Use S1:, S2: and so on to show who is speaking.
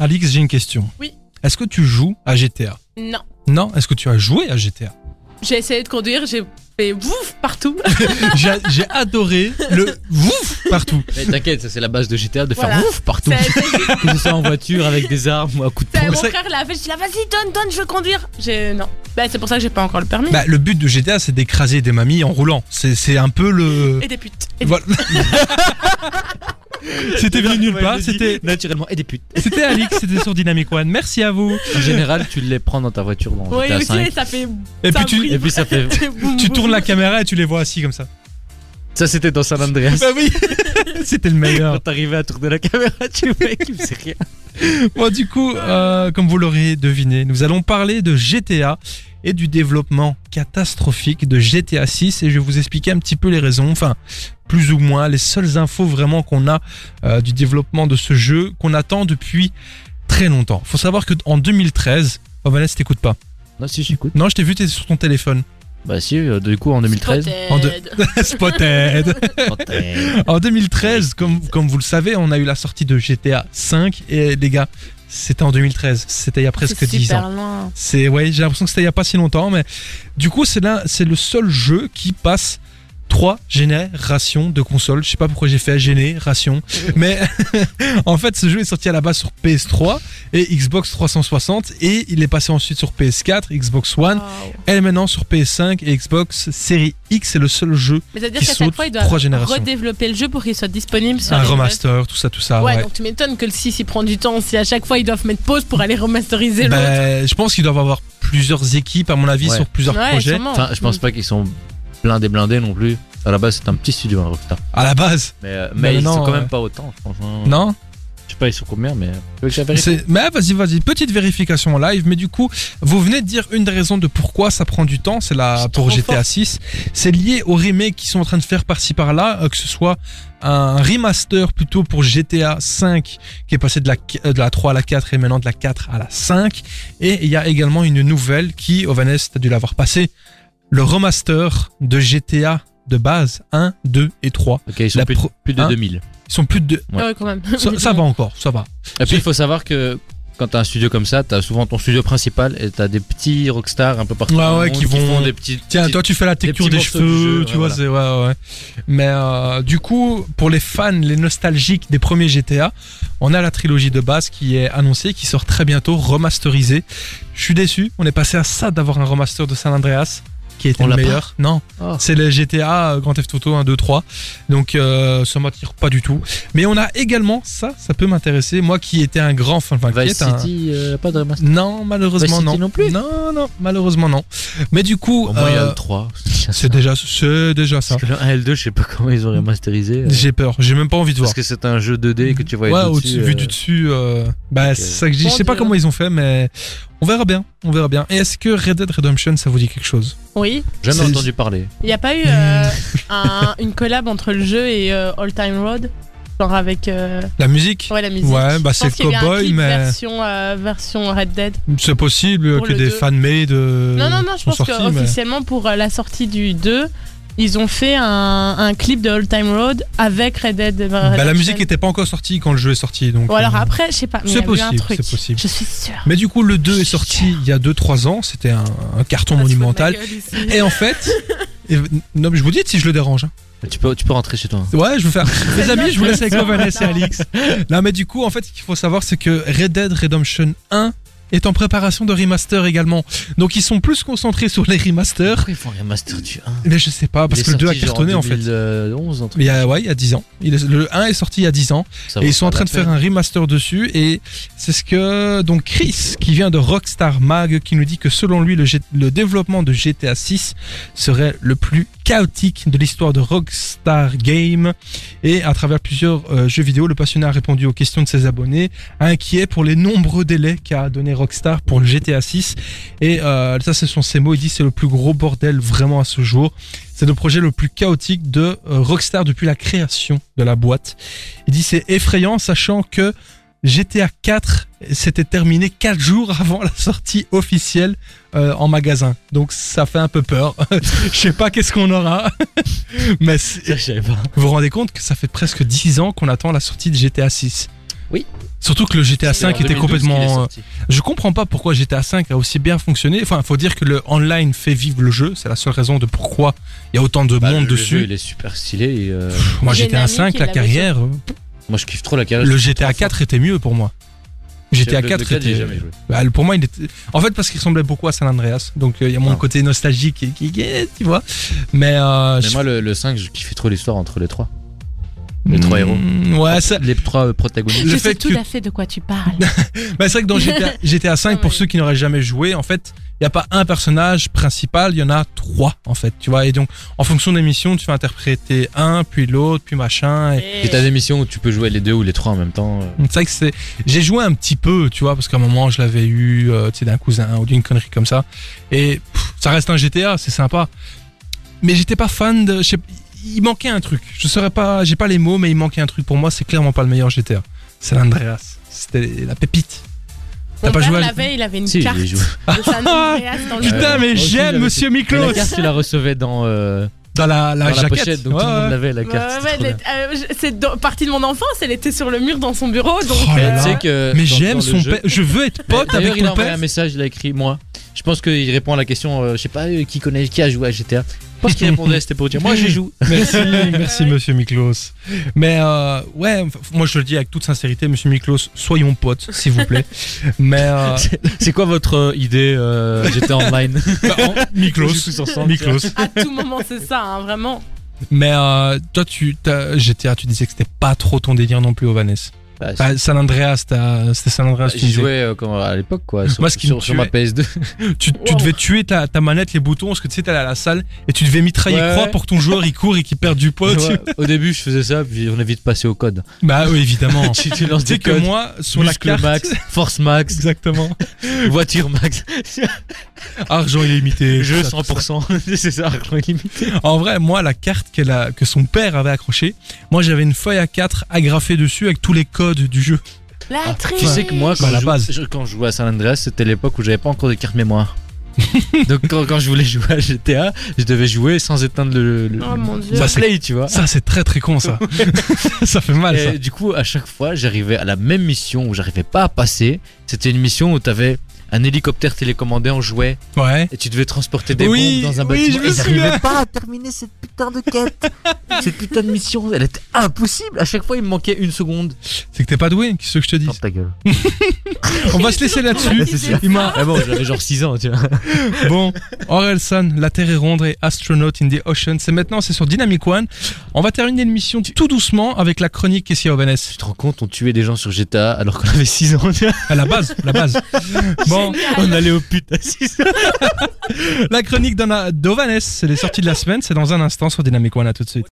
S1: Alix, j'ai une question.
S2: Oui.
S1: Est-ce que tu joues à GTA
S2: Non.
S1: Non. Est-ce que tu as joué à GTA
S2: J'ai essayé de conduire, j'ai fait bouf partout.
S1: J'ai j'ai adoré le ouf partout.
S3: Mais t'inquiète, ça c'est la base de GTA de faire
S2: Voilà.
S3: ouf partout.
S2: Ça a été-
S3: Que ce soit en voiture, avec des armes ou à coups de
S2: ça-
S3: poing.
S2: mon
S1: ça-
S2: frère l'a fait, je dis là vas-y donne, donne, je veux conduire. J'ai non. Bah c'est pour ça que j'ai pas encore le permis.
S1: Bah, le but de GTA, c'est d'écraser des mamies en roulant. C'est c'est un peu le.
S2: Et des putes. Et des-
S1: Voilà. c'était venu nulle part. C'était
S3: naturellement et des putes.
S1: c'était Alix. C'était sur Dynamic One. Merci à vous.
S3: En général, tu les prends dans ta voiture dans
S2: Oui,
S3: GTA
S2: mais tu sais,
S3: 5.
S2: ça fait.
S1: Et
S2: Ça
S1: puis tu,
S2: brille.
S3: Et puis ça fait.
S1: tu tournes la caméra et tu les vois assis comme ça.
S3: Ça c'était dans San Andreas.
S1: Bah oui. c'était le meilleur.
S3: Quand t'arrivais à tourner la caméra, tu vois qu'il faisait rien.
S1: Bon, du coup, euh, comme vous l'aurez deviné, nous allons parler de GTA et du développement catastrophique de GTA 6 et je vais vous expliquer un petit peu les raisons, enfin plus ou moins les seules infos vraiment qu'on a euh, du développement de ce jeu qu'on attend depuis très longtemps. Faut savoir que en 2013, oh Vanessa t'écoutes pas.
S3: Non, si j'écoute.
S1: Non, je t'ai vu, t'es sur ton téléphone.
S3: Bah si, euh, du coup en 2013.
S1: En deux. Spotted.
S3: quand t'es-
S1: En 2013, comme, comme vous le savez, on a eu la sortie de GTA 5 et les gars, c'était en 2013, c'était il y a presque 10 ans.
S2: loin.
S1: C'est ouais, j'ai l'impression que c'était il y a pas si longtemps, mais du coup c'est là, c'est le seul jeu qui passe trois générations de consoles. Je sais pas pourquoi j'ai fait génération, mais en fait ce jeu est sorti à la base sur PS3 et Xbox 360 et il est passé ensuite sur PS4, Xbox One,
S2: Ah.
S1: et maintenant sur PS5 et Xbox Series X. C'est le seul jeu,
S2: Mais ça veut dire
S1: Qui
S2: qu'à chaque
S1: saute
S2: fois, ils
S1: trois
S2: doivent
S1: générations.
S2: redévelopper le jeu pour qu'il soit disponible sur
S1: un
S2: les
S1: remaster, tout ça, tout ça.
S2: Ouais,
S1: ouais.
S2: donc tu m'étonnes que le 6 il prend du temps. Si à chaque fois ils doivent mettre pause pour aller remasteriser l'autre.
S1: Ben, je pense qu'ils doivent avoir plusieurs équipes à mon avis
S3: Ouais.
S1: sur plusieurs
S2: Ouais,
S1: projets.
S2: sûrement. Mm.
S3: Enfin, je pense pas qu'ils sont blindés blindés non plus. À la base, c'est un petit studio, hein, Rockstar.
S1: À la base,
S3: Mais, euh, mais,
S1: Mais
S3: ils
S1: non,
S3: sont quand
S1: euh,
S3: même pas autant, franchement.
S1: non
S3: Je sais pas, ils sont combien, mais. Tu veux que je la vérifie
S1: C'est- Mais vas-y, vas-y, petite vérification en live. Mais du coup, vous venez de dire une des raisons de pourquoi ça prend du temps, c'est là
S2: C'est
S1: pour
S2: trop
S1: GTA 6. C'est lié aux remakes qu'ils sont en train de faire par-ci par-là, euh, que ce soit un remaster plutôt pour GTA 5 qui est passé de la, qu- euh, de la 3 à la 4 et maintenant de la 4 à la 5. Et il y a également une nouvelle qui, Ovanes, t'as dû l'avoir passé, le remaster de GTA de base 1, 2 et 3.
S3: Ok, ils sont
S1: La
S3: plus,
S1: pro-
S3: plus de
S1: hein
S3: 2000.
S1: Ils sont plus de...
S3: ouais.
S2: Ah Ouais, quand même.
S1: Ça, ça va encore, ça va.
S3: Et puis il faut savoir que quand t'as un studio comme ça, t'as souvent ton studio principal et t'as des petits rockstars un peu partout.
S1: Ouais,
S3: dans le
S1: Ah ouais,
S3: monde
S1: qui vont-
S3: font des petits.
S1: Tiens,
S3: petits-
S1: toi tu fais la texture
S3: petits
S1: des
S3: morceaux
S1: cheveux,
S3: du jeu,
S1: tu vois,
S3: ouais, voilà.
S1: c'est ouais, ouais. Mais euh, du coup, pour les fans, les nostalgiques des premiers GTA, on a la trilogie de base qui est annoncée, qui sort très bientôt, remasterisée. Je suis déçu, on est passé à ça d'avoir un remaster de San Andreas qui était
S3: On
S1: le
S3: l'a pas
S1: meilleur. Non,
S3: Ah.
S1: c'est les GTA euh, Grand Theft Auto 1, 2, 3. Donc euh, ça m'attire pas du tout. Mais on a également ça, ça peut m'intéresser. Moi qui étais un grand fan, enfin, qui
S3: Vice
S1: est un-
S3: City, euh, pas de remaster.
S1: Non, malheureusement
S3: Vice
S1: non.
S3: City non plus
S1: Non, non, malheureusement non. Mais du coup,
S3: Au moins, il y a
S1: euh,
S3: le 3.
S1: c'est déjà, c'est déjà ça.
S3: Parce que le 1 et le 2, je sais pas comment ils ont remasterisé. euh,
S1: J'ai peur, j'ai même pas envie de voir.
S3: Parce que c'est un jeu 2D que tu vois
S1: ouais,
S3: du
S1: au-dessus-
S3: dessus.
S1: vu du dessus, euh, bah c'est ça que je dis. Je sais pas
S2: Dieu.
S1: comment ils ont fait, mais on verra bien, on verra bien. Et est-ce que Red Dead Redemption, ça vous dit quelque chose
S2: Oui.
S3: Jamais
S1: C'est-
S3: entendu parler.
S2: Il n'y a pas eu euh, un- une collab entre le jeu et euh, All Time Road Genre avec euh,
S1: La musique,
S2: ouais, la musique.
S1: Ouais, bah,
S2: Je
S1: c'est
S2: pense qu'il y a eu un
S1: Cowboy,
S2: clip
S1: mais- Euh,
S2: Version, euh, version Red Dead.
S1: c'est possible
S2: Pour
S1: que
S2: le
S1: des
S2: deux.
S1: fan-made euh,
S2: non, non, non, je
S1: sont
S2: pense
S1: sortis, mais-
S2: qu'officiellement, pour euh, la sortie du 2, ils ont fait un, un clip de All Time Road avec Red Dead. euh,
S1: Bah, la
S2: Redemption.
S1: musique était pas encore sortie quand le jeu est sorti, donc.
S2: Ou alors
S1: euh,
S2: après, je sais pas, mais il y
S1: c'est
S2: a eu un
S1: possible,
S2: truc.
S1: c'est possible.
S2: Je suis sûre.
S1: Mais du coup, le 2 est sorti il y a 2-3 ans. C'était un, un
S2: Ah,
S1: carton monumental. Eh, Et en fait, et- non, mais je vous dis si je le dérange. hein.
S3: Tu peux, tu peux rentrer chez toi. hein.
S1: Ouais, je veux faire. Les amis, je vous laisse avec
S2: Non,
S1: Vanessa et
S2: non.
S1: Alix. Non, mais du coup, en fait, ce qu'il faut savoir, c'est que Red Dead Redemption 1 est en préparation de remaster également. Donc, ils sont plus concentrés sur les remasters.
S3: Pourquoi ils font un remaster du 1
S1: Mais je sais pas, parce que le 2 a cartonné en fait.
S3: 2011, un truc.
S1: Il y a, ouais, il y a 10 ans. Il est- le 1 est sorti il y a 10 ans.
S3: Ça
S1: et
S3: vaut
S1: ils sont
S3: pas
S1: en train
S3: la
S1: de faire
S3: peine.
S1: un remaster dessus. Et c'est ce que. Donc, Chris, qui vient de Rockstar Mag, qui nous dit que selon lui, le, G- le développement de GTA 6 serait le plus chaotique de l'histoire de Rockstar Game. Et à travers plusieurs euh, jeux vidéo, le passionné a répondu aux questions de ses abonnés, inquiet pour les nombreux délais qu'a donné Rockstar pour le GTA 6. Et euh, ça, ce sont ses mots. Il dit c'est le plus gros bordel vraiment à ce jour. C'est le projet le plus chaotique de euh, Rockstar depuis la création de la boîte. Il dit c'est effrayant, sachant que GTA 4 s'était terminé 4 jours avant la sortie officielle euh, en magasin. Donc ça fait un peu peur. Je sais pas qu'est-ce qu'on aura. Mais c'est-
S3: Ça, je savais pas.
S1: vous vous rendez compte que ça fait presque 10 ans qu'on attend la sortie de GTA 6.
S3: Oui.
S1: Surtout que le GTA V
S3: En
S1: était
S3: 2012 qu'il est
S1: complètement. euh,
S3: sorti.
S1: Je comprends pas pourquoi GTA V a aussi bien fonctionné. Enfin, faut dire que le online fait vivre le jeu. C'est la seule raison de pourquoi il y a autant de
S3: Bah,
S1: monde
S3: le jeu,
S1: dessus.
S3: il est super stylé. et, euh,
S1: Pff, Moi, GTA V,
S2: Dynamique, il
S1: la
S2: l'avait
S1: carrière.
S3: moi, je kiffe trop la carrière.
S1: Le GTA 4 était mieux pour moi. GTA 4
S3: j'ai
S1: était.
S3: jamais joué.
S1: Bah, le- pour moi, il était. En fait, parce qu'il ressemblait beaucoup à San Andreas. Donc, euh, il y a mon
S3: Ah.
S1: côté nostalgique qui, qui, qui- tu vois. Mais, euh,
S3: Mais
S1: je-
S3: moi, le, le 5, je kiffais trop l'histoire entre les trois. les trois héros.
S1: Mm, Ouais, ça-
S3: Les trois euh, protagonistes.
S1: Le
S2: je
S1: fait
S2: sais tout
S1: que-
S2: à fait de quoi tu parles.
S1: bah, c'est vrai que dans GTA, GTA 5, pour
S2: Ouais.
S1: ceux qui n'auraient jamais joué, en fait, il n'y a pas un personnage principal, il y en a trois, en fait, tu vois. Et donc, en fonction des missions, tu vas interpréter un, puis l'autre, puis machin. Et...
S3: Et t'as des missions où tu peux jouer les deux ou les trois en même temps. euh.
S1: C'est vrai que c'est. J'ai joué un petit peu, tu vois, parce qu'à un moment, je l'avais eu, euh, tu sais, d'un cousin ou d'une connerie comme ça. Et pff, ça reste un GTA, c'est sympa. Mais j'étais pas fan de. je sais- Il manquait un truc. Je saurais pas. J'ai pas les mots, mais il manquait un truc. Pour moi, c'est clairement pas le meilleur GTA. C'est l'Andreas. C'était la pépite. T'as
S2: Mon
S1: pas
S2: père
S1: joué à-
S2: l'avait, il avait une
S3: Si,
S2: carte
S3: j'ai joué.
S2: de San Andreas dans le
S3: Putain,
S2: jeu.
S3: Euh, moi aussi, j'avais- Mais
S1: Miklos
S3: La carte, tu la recevais dans, euh,
S1: Dans la, la
S3: dans la
S1: jaquette.
S3: pochette, donc tout le
S1: Ah, Ouais,
S3: monde
S1: ouais.
S3: l'avait la
S2: Ouais,
S3: carte.
S2: ouais,
S3: c'était trop
S2: elle
S3: bien.
S2: est- euh, je- c'est dans- partie de mon enfance, elle était sur le mur dans son bureau. Donc,
S1: Oh là
S3: Mais
S1: là.
S3: tu sais que euh,
S1: Mais
S3: dans- dans
S1: j'aime
S3: le
S1: son
S3: jeu-
S1: père. Je veux être
S3: Mais
S1: pote
S3: d'ailleurs,
S1: avec
S3: il a
S1: ton
S3: envoyé
S1: père.
S3: un message, il a écrit moi. Je pense qu'il répond à la question, euh, je sais pas euh, qui connaît, qui a joué à GTA. Je pense qu'il répondait, c'était pour dire moi j'y joue.
S1: Merci, merci Monsieur Miklos. Mais euh, ouais, enfin, moi je le dis avec toute sincérité, Monsieur Miklos, soyons potes, s'il vous plaît. Mais euh,
S3: C'est quoi votre euh, idée euh, GTA Online
S1: bah, en- Miklos,
S3: On joue tous ensemble,
S1: Miklos.
S2: à tout moment, c'est ça, hein, vraiment.
S1: Mais euh, toi, tu t'as- GTA, tu disais que c'était pas trop ton délire non plus, Ovanes.
S3: Bah,
S1: Bah, San Andreas, t'as- c'était San Andreas. tu
S3: J'y
S1: disais.
S3: jouais euh, quand- à l'époque quoi, sur,
S1: Moi, ce qui
S3: sur-
S1: me
S3: sur ma
S1: tuait-
S3: PS2.
S1: Tu, tu
S2: Wow.
S1: devais tuer ta, ta manette, les boutons, parce que tu sais, t'allais à la salle et tu devais mitrailler
S3: Ouais.
S1: croix pour que ton joueur il court et qu'il perde du poids. tu-
S3: Ouais, Au début je faisais ça, puis on est vite passé au code.
S1: Bah oui, évidemment.
S3: Si tu lances
S1: tu sais
S3: des
S1: que
S3: codes,
S1: moi, sur la
S3: muscle
S1: carte,
S3: max, force max,
S1: exactement.
S3: voiture max,
S1: Argent illimité.
S3: jeu
S1: Ah, tout ça, tout ça.
S3: 100%, c'est ça, argent illimité.
S1: En vrai, moi, la carte qu'elle a- que son père avait accrochée, moi j'avais une feuille à 4 agrafée dessus avec tous les codes du jeu.
S2: La
S3: Ah, Tu
S2: triche.
S3: sais que moi,
S1: Bah,
S3: quand,
S1: la
S3: je,
S1: base.
S3: je- quand je jouais à San Andreas, c'était l'époque où j'avais pas encore de carte mémoire. Donc quand, quand je voulais jouer à GTA, je devais jouer sans éteindre le, le,
S2: Oh, mon Dieu.
S3: le
S1: Ça, c'est-
S3: play, tu vois.
S1: Ça, c'est très très con ça. ça fait mal ça.
S3: Et du coup, à chaque fois, j'arrivais à la même mission où j'arrivais pas à passer. C'était une mission où t'avais un hélicoptère télécommandé en jouet
S1: Ouais.
S3: et tu devais transporter des
S1: Oui,
S3: bombes dans un
S1: oui, je
S3: bâtiment.
S1: me
S3: et j'arrivais
S1: souviens.
S3: pas à terminer cette putain de quête. cette putain de mission, elle était impossible. À chaque fois, il me manquait une seconde.
S1: C'est que t'es pas doué, qu'est-ce que je te dis
S3: Ferme ta gueule.
S1: On va se laisser là-dessus.
S3: C'est sûr.
S1: Il m'a-
S3: Ah bon, j'avais genre 6 ans, tu vois.
S1: Bon, Orelsan, La Terre est ronde et Astronaut in the Ocean. C'est maintenant, c'est sur Dynamic One. On va terminer l'émission tout doucement avec la chronique Kessia Ovanes.
S3: Tu te rends compte, on tuait des gens sur GTA alors qu'on avait 6 ans. tu vois.
S1: À la base, la base. Bon,
S3: on allait au pute à 6 ans.
S1: la chronique d'Anna- d'Ovanes, c'est les sorties de la semaine. C'est dans un instant sur Dynamic One. À tout de suite.